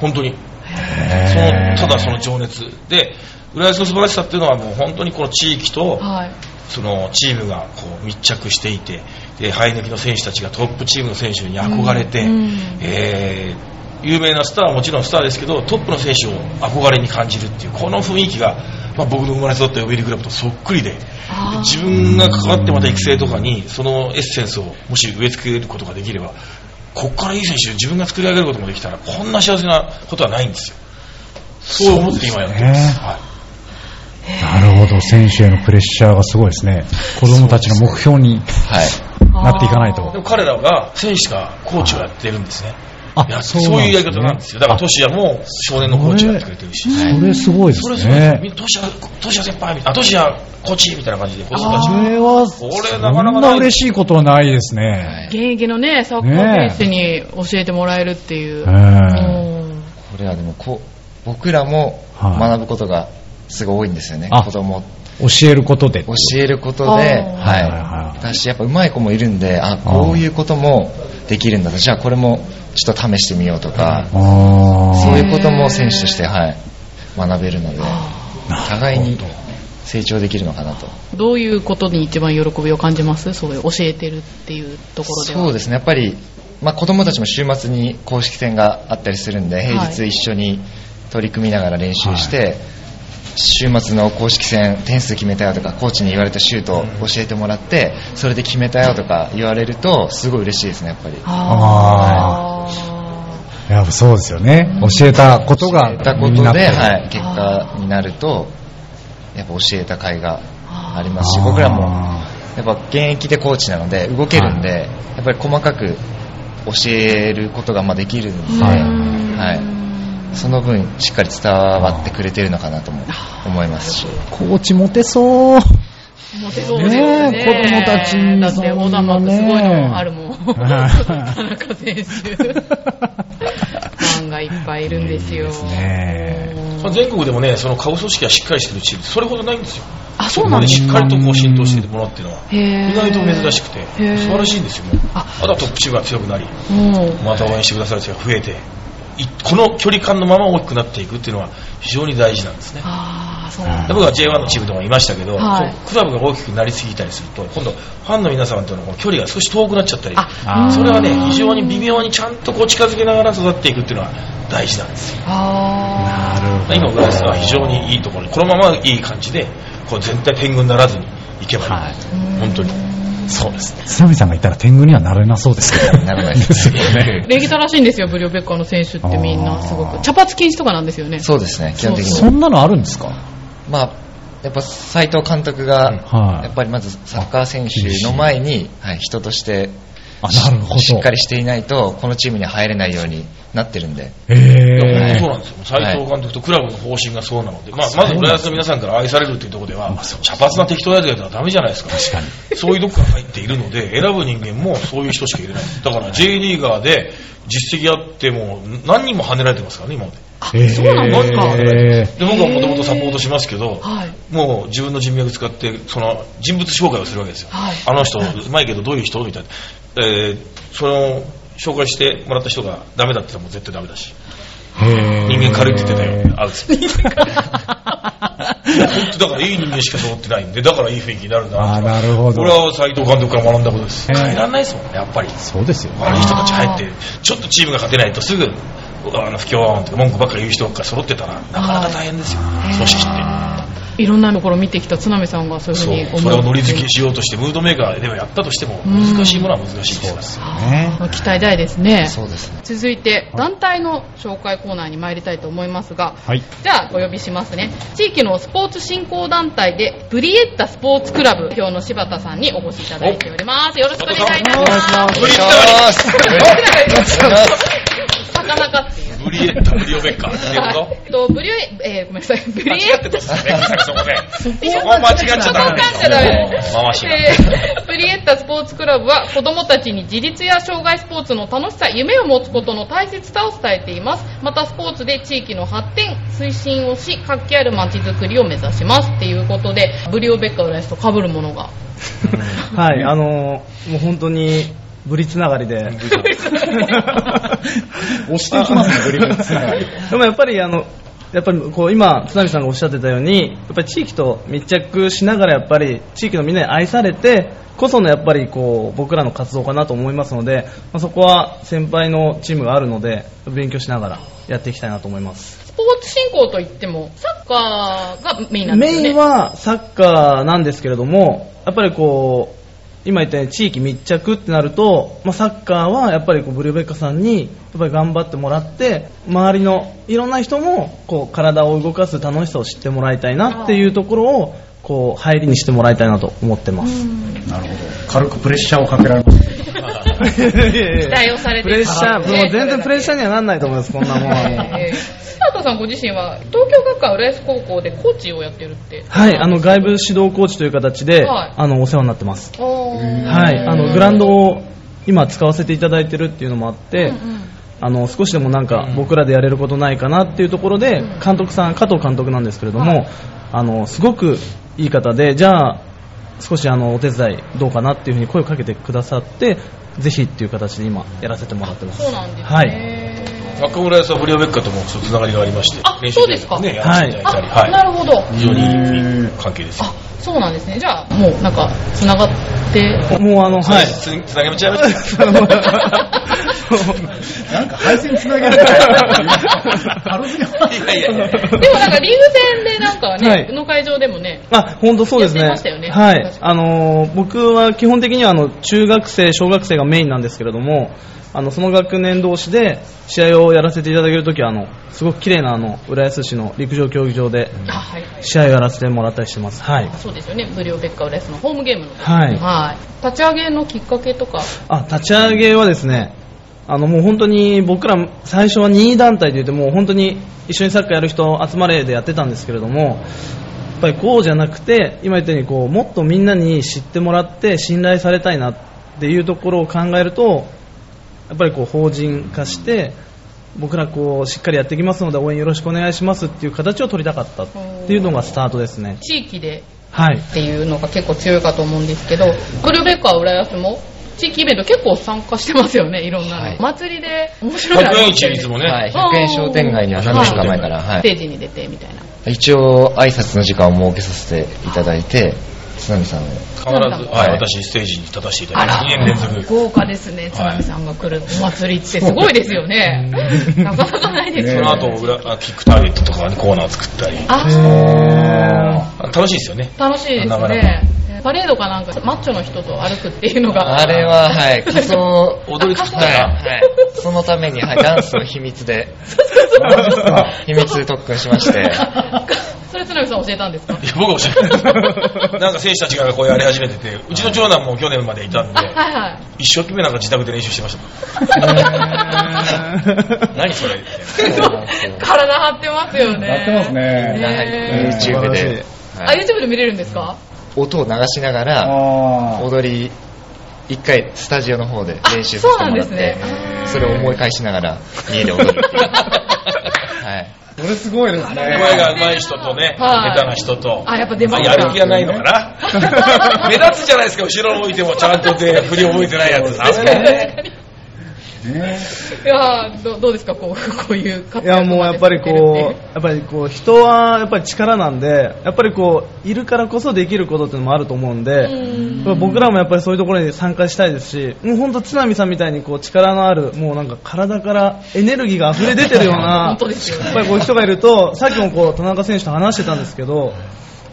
[SPEAKER 5] 本当にその
[SPEAKER 3] ぇ
[SPEAKER 5] ただその情熱で浦安の素晴らしさっていうのはもう本当にこの地域と
[SPEAKER 2] はい
[SPEAKER 5] そのチームがこう密着していてで生え抜きの選手たちがトップチームの選手に憧れて、
[SPEAKER 2] うんうん
[SPEAKER 5] えー有名なスターはもちろんスターですけどトップの選手を憧れに感じるっていうこの雰囲気が、まあ、僕の生まれ育った読売クラブとそっくりで
[SPEAKER 2] あー
[SPEAKER 5] 自分が関わってまた育成とかにそのエッセンスをもし植え付けることができればこっからいい選手自分が作り上げることもできたらこんな幸せなことはないんですよそう思って今やってます、はい
[SPEAKER 3] なるほど、選手へのプレッシャーがすごいですね。子供たちの目標に
[SPEAKER 4] はい
[SPEAKER 3] なっていかないと
[SPEAKER 5] で。も彼らが選手がコーチをやってるんですね
[SPEAKER 3] あ
[SPEAKER 5] いや
[SPEAKER 3] そ
[SPEAKER 5] そうう
[SPEAKER 3] なんですね
[SPEAKER 5] いうやり方なんですよだからトシヤも少年のコーチをやってくれてるし
[SPEAKER 3] それすごいで
[SPEAKER 5] それ
[SPEAKER 3] す
[SPEAKER 5] それ
[SPEAKER 3] ね。
[SPEAKER 5] トシヤトシヤ先輩みたいなあトシヤコーチみたいな感じで子供たち
[SPEAKER 3] そ
[SPEAKER 5] も
[SPEAKER 3] れは、そ
[SPEAKER 5] これなかなかない
[SPEAKER 3] んな嬉しいことはないですね。
[SPEAKER 2] 現役のね、サッカー選手に教えてもらえるっていう。う
[SPEAKER 3] ええ
[SPEAKER 2] ん
[SPEAKER 4] これはでもこう僕らも
[SPEAKER 3] はい
[SPEAKER 4] 学ぶことがすごい多いんですよね、
[SPEAKER 3] あ
[SPEAKER 4] 子供
[SPEAKER 3] 教えることで。
[SPEAKER 4] 教えること
[SPEAKER 2] あー
[SPEAKER 4] で、
[SPEAKER 3] はい
[SPEAKER 4] はい、私やっぱ上手い子もいるんであこういうこともできるんだとじゃあこれもちょっと試してみようとか、
[SPEAKER 3] あ
[SPEAKER 4] そう
[SPEAKER 3] ー
[SPEAKER 4] いうことも選手として、はい、学べるので互いに成長できるのかなと
[SPEAKER 2] どういうことに一番喜びを感じますそういう教えてるっていうところでは。
[SPEAKER 4] そうですねやっぱり、まあ、子供たちも週末に公式戦があったりするんで平日一緒に取り組みながら練習して、週末の公式戦点数決めたよとかコーチに言われたシュートを教えてもらってそれで決めたよとか言われるとすごい嬉しいですねやっぱり。
[SPEAKER 2] あ
[SPEAKER 3] やっぱそうですよね。教えたことが
[SPEAKER 4] やったこ
[SPEAKER 3] 身にな
[SPEAKER 4] と
[SPEAKER 3] って
[SPEAKER 4] で、
[SPEAKER 3] る
[SPEAKER 4] はい、結果になるとやっぱ教えた甲斐がありますし
[SPEAKER 3] あー
[SPEAKER 4] 僕らもやっぱ現役でコーチなので動けるんで、やっぱり細かく教えることがまあできるんで、
[SPEAKER 2] は
[SPEAKER 4] はいいその分しっかり伝わってくれてるのかなとも思いますし
[SPEAKER 3] コーチモテそう。
[SPEAKER 2] ー。モテそうですね。
[SPEAKER 3] ねえ子供たちに
[SPEAKER 2] だって、
[SPEAKER 3] そんなね
[SPEAKER 2] 横断幕すごいのあるもん。
[SPEAKER 5] (laughs)
[SPEAKER 2] 田中選手。ファンがいっぱいいるんですよ。
[SPEAKER 3] いいですね
[SPEAKER 5] まあ全国でもねその顔組織がしっかりしてるチームそれほどないんですよ
[SPEAKER 2] あ、そうなんです
[SPEAKER 5] しっかりとこう浸透してるものっていうのは
[SPEAKER 2] へー
[SPEAKER 5] 意外と珍しくて
[SPEAKER 2] へー
[SPEAKER 5] 素晴らしいんですよもう
[SPEAKER 2] あ
[SPEAKER 5] あとはトップチームが強くなり
[SPEAKER 2] うん
[SPEAKER 5] また応援してくださる人が増えていこの距離感のまま大きくなっていくっていうのは非常に大事なんですね
[SPEAKER 2] ああ、そうなんだ
[SPEAKER 5] 僕は J1 のチームとかいましたけど、
[SPEAKER 2] はい
[SPEAKER 5] クラブが大きくなりすぎたりすると今度ファンの皆様とのこう距離が少し遠くなっちゃったり
[SPEAKER 2] あ
[SPEAKER 5] それはね
[SPEAKER 2] うん
[SPEAKER 5] 非常に微妙にちゃんとこう近づけながら育っていくっていうのは大事なんですよ
[SPEAKER 2] あー
[SPEAKER 5] 今浦安は非常にいいところにこのままいい感じでこう全体天狗にならずにいけばいい、
[SPEAKER 3] はい
[SPEAKER 5] 本当にそうですね
[SPEAKER 3] 堤さんがいたら天狗にはなれなそうですけど。
[SPEAKER 4] なれないですね。
[SPEAKER 2] 礼儀正しいんですよ、ブリオベッカーの選手ってみんな、
[SPEAKER 3] あー
[SPEAKER 2] すごく。茶髪禁止とかなんですよね。
[SPEAKER 4] そうですね、基本的
[SPEAKER 2] そう
[SPEAKER 4] に
[SPEAKER 3] そ。んなのあるんですか
[SPEAKER 4] まあ、やっぱ斎藤監督
[SPEAKER 5] うん
[SPEAKER 4] が、
[SPEAKER 3] はい
[SPEAKER 4] やっぱりまずサッカー選手の前に、はい、人として
[SPEAKER 3] あなるほど
[SPEAKER 4] しっかりしていないと、このチームに入れないようになってるんで、
[SPEAKER 3] へ
[SPEAKER 5] いや
[SPEAKER 3] え
[SPEAKER 5] 本当そうなんですよ斎藤監督とクラブの方針がそうなので、まあ、まず浦安の皆さんから愛されるというところでは、茶髪な適当なやつがいたらダメじゃないですか、確かにそういうとこから入っているので、選ぶ人間もそういう人しかいれない、だから J リーガーで実績あっても、何人も跳ねられてますからね、今まで。
[SPEAKER 3] え
[SPEAKER 2] そうなんですか
[SPEAKER 3] え
[SPEAKER 5] で僕はもともとサポートしますけど、
[SPEAKER 2] はい。
[SPEAKER 5] もう自分の人脈使ってその人物紹介をするわけですよ、
[SPEAKER 2] はい
[SPEAKER 5] あの人うまいけどどういう人みたいな、えーその紹介してもらった人がダメだって言ったらもう絶対ダメだし人間軽いって言ってたよ (laughs) 会う人本当だからいい人間しか揃ってないんでだからいい雰囲気になるな
[SPEAKER 3] あ
[SPEAKER 5] と
[SPEAKER 3] ー
[SPEAKER 5] か
[SPEAKER 3] なるほど
[SPEAKER 5] これは斎藤監督から学んだことです
[SPEAKER 3] へ
[SPEAKER 5] 変
[SPEAKER 3] ー
[SPEAKER 5] えられないですもんねやっぱり
[SPEAKER 3] そうですよね。
[SPEAKER 5] 悪い人たち入ってちょっとチームが勝てないとすぐあの不協和音とか文句ばっかり言う人が揃ってたらなかなか大変ですよ組織って。
[SPEAKER 2] いろんなところ見てきた津波さんがそういうふ
[SPEAKER 5] そう
[SPEAKER 2] に
[SPEAKER 5] うそれを乗り付
[SPEAKER 2] き
[SPEAKER 5] けしようとしてムードメーカーでもやったとしても難しいものは難しいですから
[SPEAKER 3] ね
[SPEAKER 2] 期待大ですね。
[SPEAKER 4] そうですね。
[SPEAKER 2] 続いて、団体の紹介コーナーに参りたいと思いますが、
[SPEAKER 3] はい。
[SPEAKER 2] じゃあお呼びしますね地域のスポーツ振興団体でブリエッタスポーツクラブ表の柴田さんにお越しいただいておりますよろしくお願いいたし
[SPEAKER 3] お願いし
[SPEAKER 2] ま
[SPEAKER 3] ますす
[SPEAKER 5] ブリエッタ
[SPEAKER 2] なかなかっていう
[SPEAKER 5] ブリエッタブリオベッカーっていうこ
[SPEAKER 2] はいえっとブリエえーごめんなさいブ
[SPEAKER 5] と
[SPEAKER 2] リ
[SPEAKER 5] 間
[SPEAKER 2] エ
[SPEAKER 5] 違っ
[SPEAKER 2] ッタ
[SPEAKER 5] てますよねそこね (laughs) そこ
[SPEAKER 2] は
[SPEAKER 5] は間違っちゃダメ
[SPEAKER 2] そこは間違っちゃダメ
[SPEAKER 5] ですよ回しが
[SPEAKER 2] えーブリエッタスポーツクラブは子どもたちに自立や障害スポーツの楽しさ夢を持つことの大切さを伝えていますまたスポーツで地域の発展推進をし活気あるまちづくりを目指しますっていうことでブリオベッカ浦安と被るものが
[SPEAKER 6] はい、あのーもう本当に、ブリつなが
[SPEAKER 3] (laughs)
[SPEAKER 6] りで。
[SPEAKER 3] 押していきますね、グリムつながり。
[SPEAKER 6] でもやっぱりあのやっぱりこう今、津波さんがおっしゃってたようにやっぱり地域と密着しながらやっぱり地域のみんなに愛されてこそのやっぱりこう僕らの活動かなと思いますので、まあ、そこは先輩のチームがあるので勉強しながらやっていきたいなと思います
[SPEAKER 2] スポーツ振興といってもサッカーがメインなんですよね
[SPEAKER 6] メインはサッカーなんですけれどもやっぱりこう今言ったように地域密着ってなると、まあ、サッカーはやっぱりこうブルーベッカさんにやっぱり頑張ってもらって周りのいろんな人もこう体を動かす楽しさを知ってもらいたいなっていうところをこう入りにしてもらいたいなと思ってます。
[SPEAKER 3] なるほど。軽くプレッシャーをかけられます。
[SPEAKER 6] (laughs) 期
[SPEAKER 2] 待をされて
[SPEAKER 6] プレッシャー、もう
[SPEAKER 2] ええ
[SPEAKER 6] 全然プレッシャーにはなんないと思います、こんなもんはもう。
[SPEAKER 2] えー佐藤さんご自身は東京学科浦安高校でコーチをやってるって
[SPEAKER 6] はい、あの外部指導コーチという形で、
[SPEAKER 2] はい
[SPEAKER 6] あのお世話になってます。
[SPEAKER 2] は
[SPEAKER 6] はい、あのグラウンドを今使わせていただいてるっていうのもあって、あの少しでもなんか僕らでやれることないかなっていうところで、監督さん加藤監督なんですけれども、あのすごくいい方でじゃあ少しあのお手伝いどうかなっていうふうに声をかけてくださってぜひっていう形で今やらせてもらってます
[SPEAKER 2] そうなんですね、
[SPEAKER 5] 若村屋さんブリオベッカーともそうつながりがありまして
[SPEAKER 2] あ
[SPEAKER 5] 練習試合
[SPEAKER 2] そうですか
[SPEAKER 5] ねやらせていただいたり
[SPEAKER 2] あ、な
[SPEAKER 5] は
[SPEAKER 2] るほど
[SPEAKER 5] い非常にいい関係ですよ
[SPEAKER 2] あそうなんですねじゃあもうなんかつなが
[SPEAKER 4] (laughs)
[SPEAKER 2] って
[SPEAKER 6] もうあのはい
[SPEAKER 5] つつなげちゃいました
[SPEAKER 3] (laughs) なんか配線つなげ
[SPEAKER 6] (laughs)
[SPEAKER 3] られた。軽すぎ
[SPEAKER 5] いやいやいや
[SPEAKER 2] でもなんかリーグ戦でなんかね、
[SPEAKER 6] はい
[SPEAKER 2] の会場でもね
[SPEAKER 6] あ、本当そうです
[SPEAKER 2] やって
[SPEAKER 6] ね。
[SPEAKER 2] ましたよね
[SPEAKER 6] はい
[SPEAKER 2] 確。か
[SPEAKER 6] あのー僕は基本的にはあの中学生、小学生がメインなんですけれども、あのその学年同士で試合をやらせていただけるときはあのすごく綺麗なあの浦安市の陸上競技場で
[SPEAKER 2] あはいはい
[SPEAKER 6] 試合をやらせてもらったりしてます。はい。
[SPEAKER 2] そうですよね無料ベッカ浦安のホームゲームの
[SPEAKER 6] はい
[SPEAKER 2] はい立ち上げのきっかけとか
[SPEAKER 6] あ、立ち上げはですね、あのもう本当に僕ら最初は任意団体といってもう本当に一緒にサッカーやる人集まれでやってたんですけれども、やっぱりこうじゃなくて今言ったようにこうもっとみんなに知ってもらって信頼されたいなっていうところを考えるとやっぱりこう法人化して僕らこうしっかりやっていきますので応援よろしくお願いしますっていう形を取りたかったっていうのがスタートですね。
[SPEAKER 2] 地域で
[SPEAKER 6] はい
[SPEAKER 2] っていうのが結構強いかと思うんですけどブルーベッカ浦安も地域イベント結構参加してますよねいろんなの、
[SPEAKER 4] はい
[SPEAKER 2] 祭りで面白いな
[SPEAKER 5] 100円一律もね
[SPEAKER 4] はい、100円商店街には何年か前から、
[SPEAKER 2] うん
[SPEAKER 4] は
[SPEAKER 2] ステ
[SPEAKER 4] い、
[SPEAKER 2] ージに出てみたいな
[SPEAKER 4] 一応挨拶の時間を設けさせていただいて津波さんを
[SPEAKER 5] 変わらず、
[SPEAKER 2] そう
[SPEAKER 5] はい、
[SPEAKER 4] はい
[SPEAKER 5] 私ステージに立たせていた
[SPEAKER 2] あ
[SPEAKER 5] だい
[SPEAKER 2] ら
[SPEAKER 5] て、2年連続。
[SPEAKER 2] 豪華ですね、津波さんが来るお祭りってすごいですよね。なかなかないです
[SPEAKER 5] そ
[SPEAKER 2] よ
[SPEAKER 5] の
[SPEAKER 2] ね。
[SPEAKER 5] 後、裏、あキックターゲットとかにコーナー作ったり。
[SPEAKER 2] あ
[SPEAKER 5] 楽しいですよね。
[SPEAKER 2] 楽しいです
[SPEAKER 5] なかなか
[SPEAKER 2] ね。パレードかなんか、マッチョの人と歩くっていうのが。
[SPEAKER 4] あれは
[SPEAKER 2] (laughs)
[SPEAKER 4] はい仮想
[SPEAKER 5] 踊りつつ
[SPEAKER 4] はい、はい、そのために、はい、ダンスを秘密で秘密特訓しまして
[SPEAKER 2] (laughs) それ津波さん教えたんですか
[SPEAKER 5] いや、僕は教 (laughs) えない。なんか選手たちがこうやり始めてて、うちの長男も去年までいたんで
[SPEAKER 2] あ、はいはい。
[SPEAKER 5] 一生懸命なんか自宅で練習してました。何それみたいな
[SPEAKER 2] すごい体張ってますよね。
[SPEAKER 3] やってますね
[SPEAKER 2] ね
[SPEAKER 4] はい YouTube で、
[SPEAKER 2] あ、
[SPEAKER 4] はい
[SPEAKER 2] YouTube で見れるんですか
[SPEAKER 4] 音を流しながら
[SPEAKER 3] あー
[SPEAKER 4] 踊り一回スタジオの方で練習させてもらって、
[SPEAKER 2] あそうなんですね
[SPEAKER 4] それを思い返しながら家で踊るっていうはい
[SPEAKER 3] それすごいですね。
[SPEAKER 5] 声が上手い人とね、
[SPEAKER 2] はい
[SPEAKER 5] 下手な人と、
[SPEAKER 2] あやっぱ出ますか
[SPEAKER 5] あやる気がないのか
[SPEAKER 2] (laughs)
[SPEAKER 5] な。目立つじゃないですか、後ろ向いてもちゃんとで振り覚えてないやつ。ダメだよね。
[SPEAKER 3] ね
[SPEAKER 2] いやーどどうですかこうこういう活
[SPEAKER 6] いや
[SPEAKER 2] 躍
[SPEAKER 6] もうやっぱり
[SPEAKER 2] ま (laughs) でされてるっていう
[SPEAKER 6] こう、やっぱりこう、人はやっぱり力なんで、やっぱりこう、いるからこそできることっていうのもあると思うんで、
[SPEAKER 2] うん
[SPEAKER 6] やっぱ僕らもやっぱりそういうところに参加したいですし、もう本当、津波さんみたいにこう力のある、もうなんか体からエネルギーが溢れ出てるような
[SPEAKER 2] (laughs) 本、当ですよね
[SPEAKER 6] やっぱりこう人がいると、さっきもこう田中選手と話してたんですけど、やっ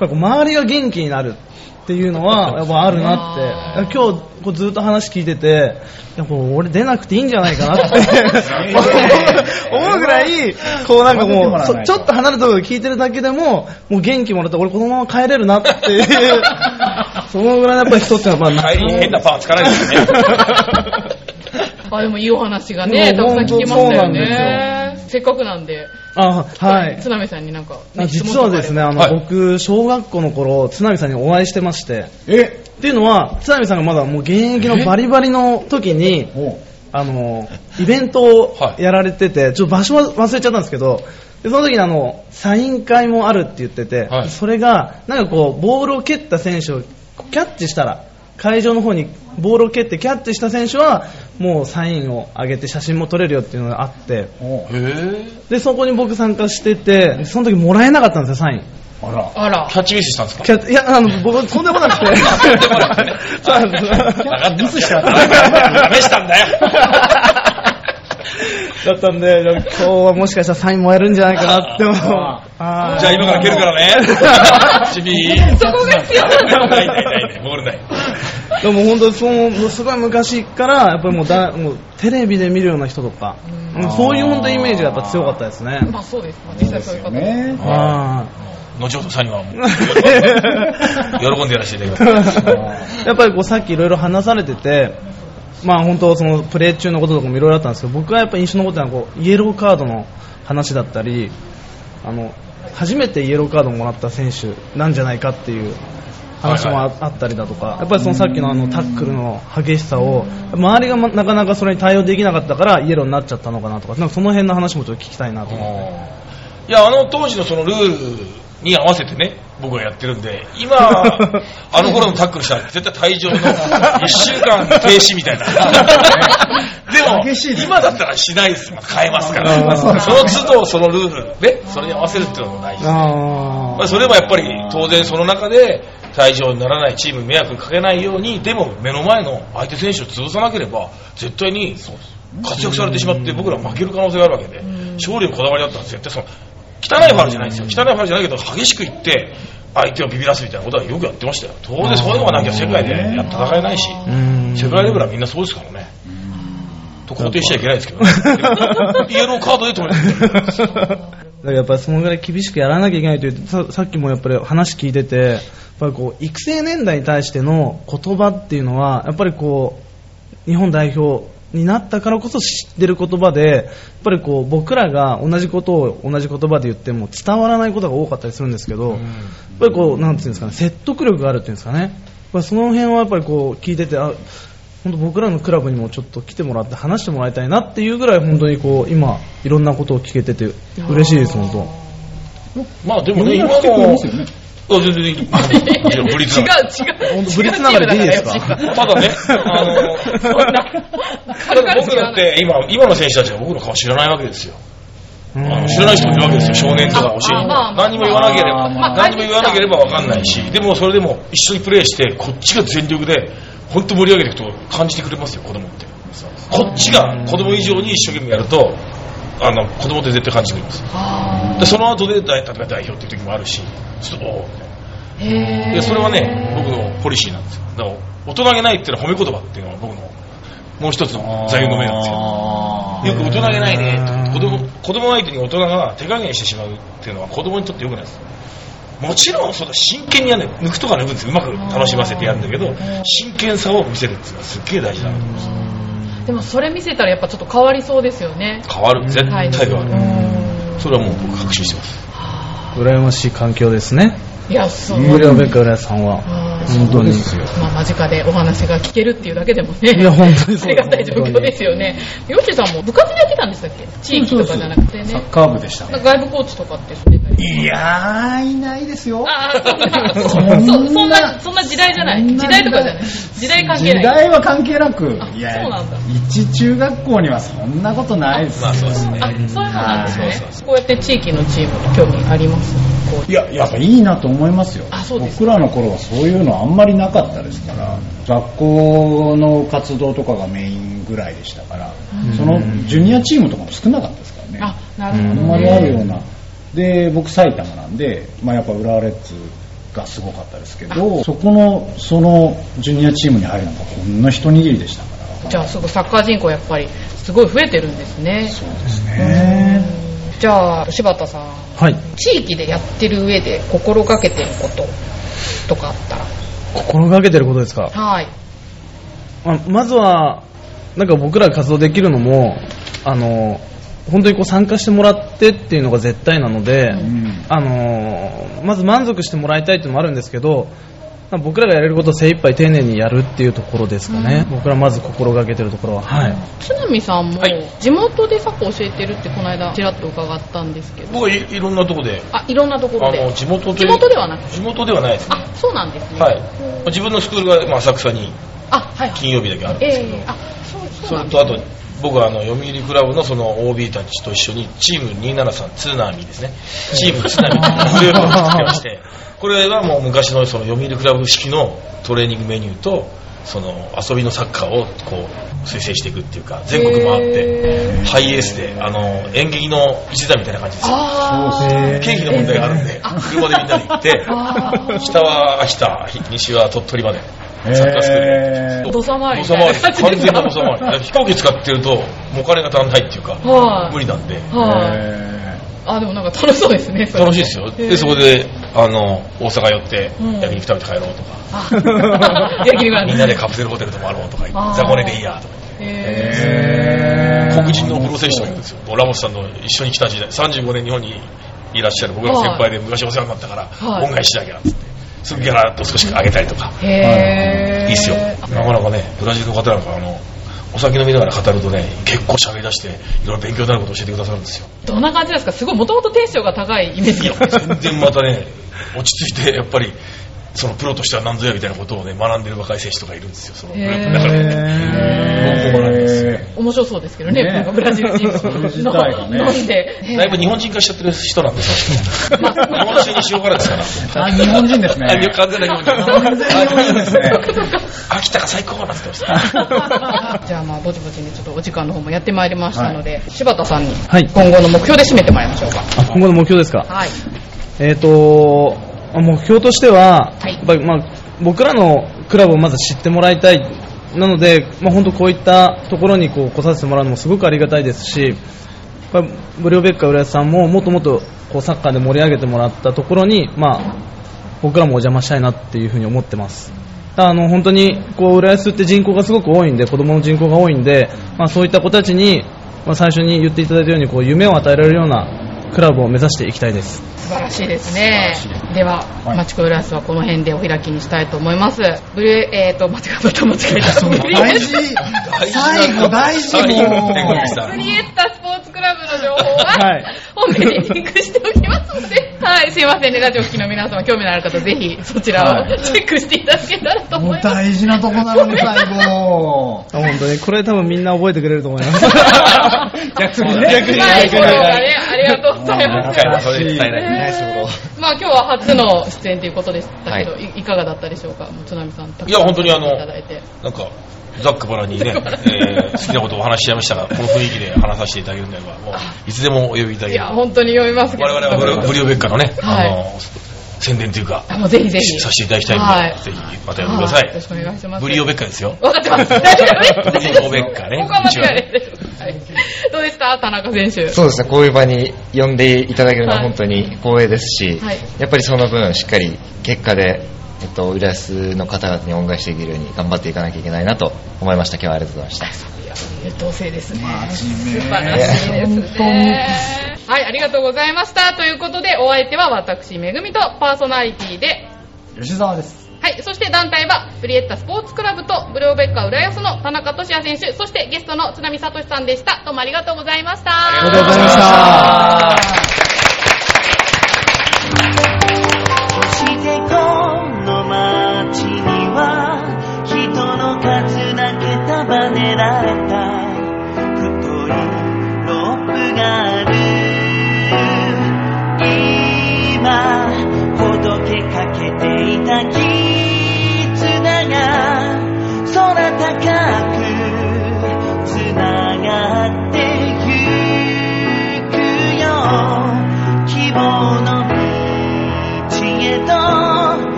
[SPEAKER 6] ぱりこう周りが元気になるっていうのは、やっぱあるなって、今日こうずっと話聞いてて、いやこう俺出なくていいんじゃないかなって (laughs) 思うぐらい、こうなんかもう、そちょっと離れたところで聞いてるだけでも、もう元気もらって、俺このまま帰れるなっていう、そのぐらいやっぱり人ってのは、まあ、
[SPEAKER 5] 帰りに変なパンつかないですよね。
[SPEAKER 2] あでもいいお話がねた
[SPEAKER 6] も
[SPEAKER 2] く
[SPEAKER 6] う
[SPEAKER 2] さん聞けました
[SPEAKER 6] そうな
[SPEAKER 2] よ
[SPEAKER 6] ん
[SPEAKER 2] ねせっかくなんで
[SPEAKER 6] (laughs) あはい。
[SPEAKER 2] 津波さんになんかね、
[SPEAKER 6] あ実はですね、あの、
[SPEAKER 5] はい
[SPEAKER 6] 僕、小学校の頃、津波さんにお会いしてまして、
[SPEAKER 3] え
[SPEAKER 6] っていうのは、津波さんがまだもう現役のバリバリの時に、
[SPEAKER 3] お
[SPEAKER 6] あの、イベントを
[SPEAKER 5] はい
[SPEAKER 6] やられてて、ちょっと場所は忘れちゃったんですけど、でその時にあの、サイン会もあるって言ってて、
[SPEAKER 5] はい
[SPEAKER 6] それが、なんかこう、ボールを蹴った選手をキャッチしたら、会場の方にボールを蹴ってキャッチした選手は、もうサインを上げて写真も撮れるよっていうのがあって、
[SPEAKER 3] お
[SPEAKER 5] へー
[SPEAKER 6] で、そこに僕参加してて、その時もらえなかったんですよ、サイン。
[SPEAKER 3] あら。
[SPEAKER 2] あら
[SPEAKER 5] キャッチミスした
[SPEAKER 2] (laughs)
[SPEAKER 5] んですか
[SPEAKER 6] キャいや、あの、僕、とんでもな (laughs) くて。そうなんです
[SPEAKER 5] 上がってミスしたダメしたんだよ。
[SPEAKER 6] だったんで、今日はもしかしたらサインもらえるんじゃないかなって思う。あー
[SPEAKER 5] じゃあ今から蹴るか
[SPEAKER 2] (laughs)
[SPEAKER 5] らね。チビー。
[SPEAKER 2] そこが必要な
[SPEAKER 5] な
[SPEAKER 2] んんだ
[SPEAKER 5] だ。(laughs) ないないないない、ボールない。
[SPEAKER 6] でも本当その、もうすごい昔から、やっぱりもうだもうテレビで見るような人とか、うんそういう本当イメージがやっぱ強かったですね。
[SPEAKER 2] (laughs) まあそうですまあ実際そういう方
[SPEAKER 3] ね
[SPEAKER 6] あー
[SPEAKER 5] 後ほどさんにはもう、喜んでやらせていただきます。
[SPEAKER 6] (laughs) やっぱりこうさっきいろいろ話されてて、まあ本当そのプレー中のこととかもいろいろあったんですけど、僕がやっぱ印象に残ったのはこうイエローカードの話だったり、あの初めてイエローカードをもらった選手なんじゃないかっていう話もあ
[SPEAKER 5] はい
[SPEAKER 6] あったりだとか、やっぱりそのさっきのあのタックルの激しさを、周りがまなかなかそれに対応できなかったからイエローになっちゃったのかなとか、なんかその辺の話もちょっと聞きたいなと思って。
[SPEAKER 5] いや、あの当時のそのルールに合わせてね、僕はやってるんで、今、あの頃のタックルしたら絶対退場の1週間停止みたいな。でも、
[SPEAKER 3] 激しいね
[SPEAKER 5] 今だったらしないです。変えますか
[SPEAKER 6] あ
[SPEAKER 5] ら。
[SPEAKER 6] ー
[SPEAKER 5] その都度そのルール、ね、それに合わせるっていうのもないし。
[SPEAKER 6] あ
[SPEAKER 5] まあ、それはやっぱり当然その中で退場にならないチームに迷惑かけないようにでも目の前の相手選手を潰さなければ絶対に活躍されてしまって僕ら負ける可能性があるわけで勝利をこだわりだったんですよ絶対その汚いファウルじゃないんですよ汚いファウルじゃないけど激しくいって相手をビビらすみたいなことはよくやってましたよ当然そういうのがなきゃ世界でやって戦えないし
[SPEAKER 6] ん
[SPEAKER 5] 世界レベルはみんなそうですからねと肯定しちゃいけないですけ (laughs) どねイエローカードで止めて
[SPEAKER 6] (laughs)
[SPEAKER 5] る
[SPEAKER 6] だからやっぱりそのぐらい厳しくやらなきゃいけないというささっきもやっぱり話聞いててやっぱりこう育成年代に対しての言葉っていうのはやっぱりこう日本代表になったからこそ知ってる言葉でやっぱりこう僕らが同じことを同じ言葉で言っても伝わらないことが多かったりするんですけど、やっぱりこうなんていうんですかね説得力があるっていうんですかねやっぱりその辺はやっぱりこう聞いててあ本当僕らのクラブにもちょっと来てもらって話してもらいたいなっていうぐらい本当にこう今いろんなことを聞けてて嬉しいです本当。
[SPEAKER 5] まあでもね
[SPEAKER 3] みん
[SPEAKER 5] 今
[SPEAKER 3] な
[SPEAKER 5] の
[SPEAKER 3] 来てくれますよね
[SPEAKER 5] あ全然いいいやブリッジ
[SPEAKER 2] 違
[SPEAKER 5] だから
[SPEAKER 2] う違う違う
[SPEAKER 6] ブリッジ流れでいいですか
[SPEAKER 2] 違う違う
[SPEAKER 5] ただね、あの、
[SPEAKER 2] (laughs) そんな
[SPEAKER 5] ただ僕だって今、今の選手たちが僕の顔知らないわけですよ。あの知らない人もいるわけですよ、少年とか教え
[SPEAKER 2] あ
[SPEAKER 5] に。
[SPEAKER 2] まあまあ
[SPEAKER 5] 何にも言わなければ、
[SPEAKER 2] まあ
[SPEAKER 5] 何にも言わなければわかんないし、でもそれでも一緒にプレイして、こっちが全力で、本当盛り上げていくと感じてくれますよ、子供って。こっちが子供以上に一生懸命やると、あの子供って絶対感じてくれます。で、その後で、だい例えば代表っていう時もあるし、ちょっと、おーみたいな。
[SPEAKER 2] へ
[SPEAKER 5] でそれはね僕のポリシーなんですよだから大人げないっていうのは褒め言葉っていうのは僕のもう一つの座右の銘なんですけどよく大人げないねって子供子供相手に大人が手加減してしまうっていうのは子供にとって良くないですもちろんその真剣にやるの抜くとか抜くんですようまく楽しませてやるんだけど真剣さを見せるっていうのはすっげえ大事だなと思います
[SPEAKER 2] ーでもそれ見せたらやっぱちょっと変わりそうですよね。
[SPEAKER 5] 変わる絶対変わる
[SPEAKER 2] る。
[SPEAKER 5] それはもう僕確信してます
[SPEAKER 6] 羨ましい環境ですね。
[SPEAKER 2] いや、そう。
[SPEAKER 6] 無料ベッカ浦さんは。
[SPEAKER 2] あー
[SPEAKER 6] 本当に。
[SPEAKER 2] まあ、間近でお話が聞けるっていうだけでもね。
[SPEAKER 6] いや本当にそう
[SPEAKER 2] ありがたい状況ですよね。ヨッシーさんも部活でやってたんでしたっけ地域とかじゃなくてね。
[SPEAKER 3] サッカー部でしたね。
[SPEAKER 2] なんか外部コーチとかってしてたり。
[SPEAKER 3] いやー、いないですよ。
[SPEAKER 2] ああ、そんな、そ
[SPEAKER 3] そんな
[SPEAKER 2] そそんな、そんな時代じゃない。時代とかじゃない。時代関係ない。
[SPEAKER 3] 時代は関係なく
[SPEAKER 2] あ、
[SPEAKER 3] いや
[SPEAKER 2] そうなんだ、
[SPEAKER 3] 一中学校にはそんなことないです
[SPEAKER 5] まあそうですね
[SPEAKER 2] あ、そういうのなんです
[SPEAKER 3] はい
[SPEAKER 2] ね。こうやって地域のチームと興味ありますこう
[SPEAKER 3] いや、やっぱいいなと思いますよ
[SPEAKER 2] あそうです
[SPEAKER 3] 僕らの頃はそういうのあんまりなかったですから、学校の活動とかがメインぐらいでしたから、そのジュニアチームとかも少なかったですからね。
[SPEAKER 2] あ、なる
[SPEAKER 3] あ
[SPEAKER 2] ほど、
[SPEAKER 3] ん
[SPEAKER 2] ね。
[SPEAKER 3] まりあるような。で、僕埼玉なんで、まあやっぱ浦和レッズがすごかったですけど、そこの、そのジュニアチームに入るのがほんの一握りでしたから。
[SPEAKER 2] じゃあ、すごいサッカー人口やっぱり、すごい増えてるんですね。
[SPEAKER 3] そうですね。
[SPEAKER 2] じゃあ、柴田さん、
[SPEAKER 6] はい。
[SPEAKER 2] 地域でやってる上で心がけてることとかあったら。
[SPEAKER 6] 心がけてることですか
[SPEAKER 2] はい。
[SPEAKER 6] あまずは、なんか僕らが活動できるのも、あの、本当にこう参加してもらってっていうのが絶対なので、
[SPEAKER 3] ん
[SPEAKER 6] あの、まず満足してもらいたいっていうのもあるんですけど、なんか僕らがやれることを精一杯丁寧にやるっていうところですかね。僕らまず心がけてるところは。はい。
[SPEAKER 2] 津波さんも
[SPEAKER 5] はい、
[SPEAKER 2] 地元でサッカー教えてるってこの間、ちらっと伺ったんですけど。
[SPEAKER 5] 僕はいいろんなとこで
[SPEAKER 2] あ、いろんなところ
[SPEAKER 5] あ
[SPEAKER 2] で。
[SPEAKER 5] の地元とい
[SPEAKER 2] 地
[SPEAKER 5] う
[SPEAKER 2] 元ではなくて。
[SPEAKER 5] 地元ではないですね
[SPEAKER 2] あ、そうなんですね。
[SPEAKER 5] はい自分のスクールがまあ浅草に
[SPEAKER 2] あ、はい、はい。
[SPEAKER 5] 金曜日だけあるん
[SPEAKER 2] え
[SPEAKER 5] ですけど、
[SPEAKER 2] えあ、そう、そ
[SPEAKER 5] そう
[SPEAKER 2] な
[SPEAKER 5] れ
[SPEAKER 2] んで
[SPEAKER 5] とあと僕はあの読売クラブのその OB たちと一緒にチーム273ツーナミですねチームツーナミというグループを作ってましてこれはもう昔のその読売クラブ式のトレーニングメニューとその遊びのサッカーをこう推進していくっていうか全国回ってハイエースであの演劇の一座みたいな感じですよ
[SPEAKER 2] あ
[SPEAKER 3] そうですね
[SPEAKER 5] 経費の問題があるんで
[SPEAKER 2] あ
[SPEAKER 5] 車でみんなで行って
[SPEAKER 2] あー
[SPEAKER 5] 北は秋田西は鳥取までサッカースクールやって
[SPEAKER 3] えー
[SPEAKER 2] 土佐回り
[SPEAKER 5] 土佐回り完全な土佐回りだから飛行機使ってるともうお金が足んないっていうか
[SPEAKER 2] はい
[SPEAKER 5] 無理なんで
[SPEAKER 2] はい、
[SPEAKER 3] え
[SPEAKER 2] あ、でもなんか楽しそうですね。それ
[SPEAKER 5] (laughs) 楽しいですよ
[SPEAKER 2] へ
[SPEAKER 5] で
[SPEAKER 2] ー
[SPEAKER 5] そこであの大阪寄って
[SPEAKER 2] うん
[SPEAKER 5] 焼肉食べて帰ろうと
[SPEAKER 2] (laughs) あ
[SPEAKER 5] (laughs) か
[SPEAKER 2] 焼肉なんだ (laughs)
[SPEAKER 5] みんなでカプセルホテル泊まろうとか言
[SPEAKER 2] あ
[SPEAKER 5] っ
[SPEAKER 2] ー
[SPEAKER 5] て雑魚寝でいいやとか
[SPEAKER 2] へ
[SPEAKER 3] ー
[SPEAKER 5] 黒人のプロ選手とかいるんですよラモスさんと一緒に来た時代35年日本にいらっしゃる僕らの先輩で昔お世話になったから
[SPEAKER 2] はい
[SPEAKER 5] 恩返ししなきゃっつってすぐギャラっと少しあげたりとか
[SPEAKER 2] ーへー
[SPEAKER 5] いいっすよ。なかなかね、ブラジルの方なんか、あの、お酒飲みながら語るとね、結構喋り出して、いろいろ勉強になることを教えてくださるんですよ。
[SPEAKER 2] どんな感じなんですかすごい、もともとテンションが高いイメージ
[SPEAKER 5] い
[SPEAKER 2] で
[SPEAKER 5] (laughs) や、
[SPEAKER 2] すね。
[SPEAKER 5] 全然またね、落ち着いて、やっぱり、そのプロとしては何ぞやみたいなことをね、学んでる若い選手とかいるんですよ、そのグループの中で。
[SPEAKER 3] へー
[SPEAKER 5] 僕もなんですよ
[SPEAKER 2] 面白そうですけどね、
[SPEAKER 3] ね
[SPEAKER 2] なんかブラジル人
[SPEAKER 3] 自体がね
[SPEAKER 2] 飲んで。
[SPEAKER 5] だいぶ日本人化しちゃってる人なんですよ、
[SPEAKER 2] まあ
[SPEAKER 5] 日本酒に塩辛ですから。
[SPEAKER 3] あ、日本人ですね。
[SPEAKER 5] あ完全な日本人。
[SPEAKER 3] 完全に日本人ですね。
[SPEAKER 5] 秋田が最高なんて言ってました。
[SPEAKER 2] (laughs) じゃあまあぼちぼちにちょっとお時間の方もやってまいりましたので、柴田さんに
[SPEAKER 6] はい
[SPEAKER 2] 今後の目標で締めてもらいましょうか。
[SPEAKER 6] あ今後の目標ですか
[SPEAKER 2] はい。
[SPEAKER 6] えー、と目標としては、
[SPEAKER 2] はい
[SPEAKER 6] やっぱりまあ、僕らのクラブをまず知ってもらいたいなので、まあ、本当こういったところにこう来させてもらうのもすごくありがたいですしやっぱりブリオベッカ浦安さんももっともっとこうサッカーで盛り上げてもらったところに、まあ、僕らもお邪魔したいなっていうふうに思ってます。ただあの本当にこう浦安って人口がすごく多いんで子供の人口が多いんで、まあ、そういった子たちに、まあ、最初に言っていただいたようにこう夢を与えられるようなクラブを目指していきたいです。
[SPEAKER 2] 素晴らしいですね。では、
[SPEAKER 3] はい
[SPEAKER 2] マチコ・ウラスはこの辺でお開きにしたいと思います。ブルー、えーと、間違えた、間違えた。ブリエ
[SPEAKER 3] 大
[SPEAKER 2] ッタ
[SPEAKER 3] 事最後大事
[SPEAKER 5] 最後
[SPEAKER 3] もう
[SPEAKER 5] テクニックさん
[SPEAKER 2] ブリエッタスポーツクラブの情報は、
[SPEAKER 6] はい
[SPEAKER 2] 本編にリンクしておきますので、はい、すいませんね、ラジオ聴きの皆様、興味のある方、ぜひそちら
[SPEAKER 3] は
[SPEAKER 2] をチェックしていただけたらと
[SPEAKER 3] も
[SPEAKER 2] 思
[SPEAKER 3] う
[SPEAKER 2] います。
[SPEAKER 3] 大事なとこなのに最後。
[SPEAKER 6] あ本当にこれ多分みんな覚えてくれると思います
[SPEAKER 3] 逆に
[SPEAKER 2] はい、フォローがね、ありがとうございま
[SPEAKER 5] 一
[SPEAKER 2] す。
[SPEAKER 5] 回もそれ伝えない。
[SPEAKER 4] ナイスフォロー。
[SPEAKER 2] まあ今日は初の出演ということでしたけど、、
[SPEAKER 4] はい
[SPEAKER 2] いかがだったでしょうか、もう津波さん。たくさん
[SPEAKER 5] いや本当にあの
[SPEAKER 2] いただいて
[SPEAKER 5] なんか、ざっくばらんにね、えー好きなことをお話しちゃいましたが、この雰囲気で話させていただけるんであれば、もう、いつでもお呼びいただ
[SPEAKER 2] い
[SPEAKER 5] けれ
[SPEAKER 2] や、
[SPEAKER 5] ば。
[SPEAKER 2] 本当に読みますけど。
[SPEAKER 5] 我々はブリブリオベッカのね、
[SPEAKER 2] はい
[SPEAKER 5] あの、宣伝というか、
[SPEAKER 2] あもうぜひぜひ。
[SPEAKER 5] させていただきたいので、
[SPEAKER 2] はい
[SPEAKER 5] ぜひまた呼んでくださ
[SPEAKER 2] よろしくお
[SPEAKER 5] い。
[SPEAKER 2] 願いします。
[SPEAKER 5] ブリオベッカですよ。
[SPEAKER 2] わかってます。大丈夫です。
[SPEAKER 5] ブリオベッカね
[SPEAKER 2] ここは間違いないです。はいどうでした田中選手。
[SPEAKER 4] そうですね、こういう場に呼んでいただけるのは
[SPEAKER 2] はい
[SPEAKER 4] 本当に光栄ですし、
[SPEAKER 2] はい
[SPEAKER 4] やっぱりその分、しっかり結果で、えっと、浦安の方々に恩返しできるように頑張っていかなきゃいけないなと思いました。今日はありがとうございました。
[SPEAKER 2] 同性ですね。
[SPEAKER 3] 真面
[SPEAKER 2] 素
[SPEAKER 3] 目
[SPEAKER 2] 晴らしいですね。はい、ありがとうございました。ということで、お相手は私、めぐみとパーソナリティで、
[SPEAKER 3] 吉沢です。
[SPEAKER 2] はい、そして団体は、ブリエッタスポーツクラブと、ブルオベッカ浦安の田中俊也選手、そしてゲストの津波聡さんでした。どうもありがとうございました。
[SPEAKER 5] あ
[SPEAKER 3] ありがとうございました。
[SPEAKER 1] そしてこの街には人の数だけ束ねられた太いロープがある今ほどけかけていた絆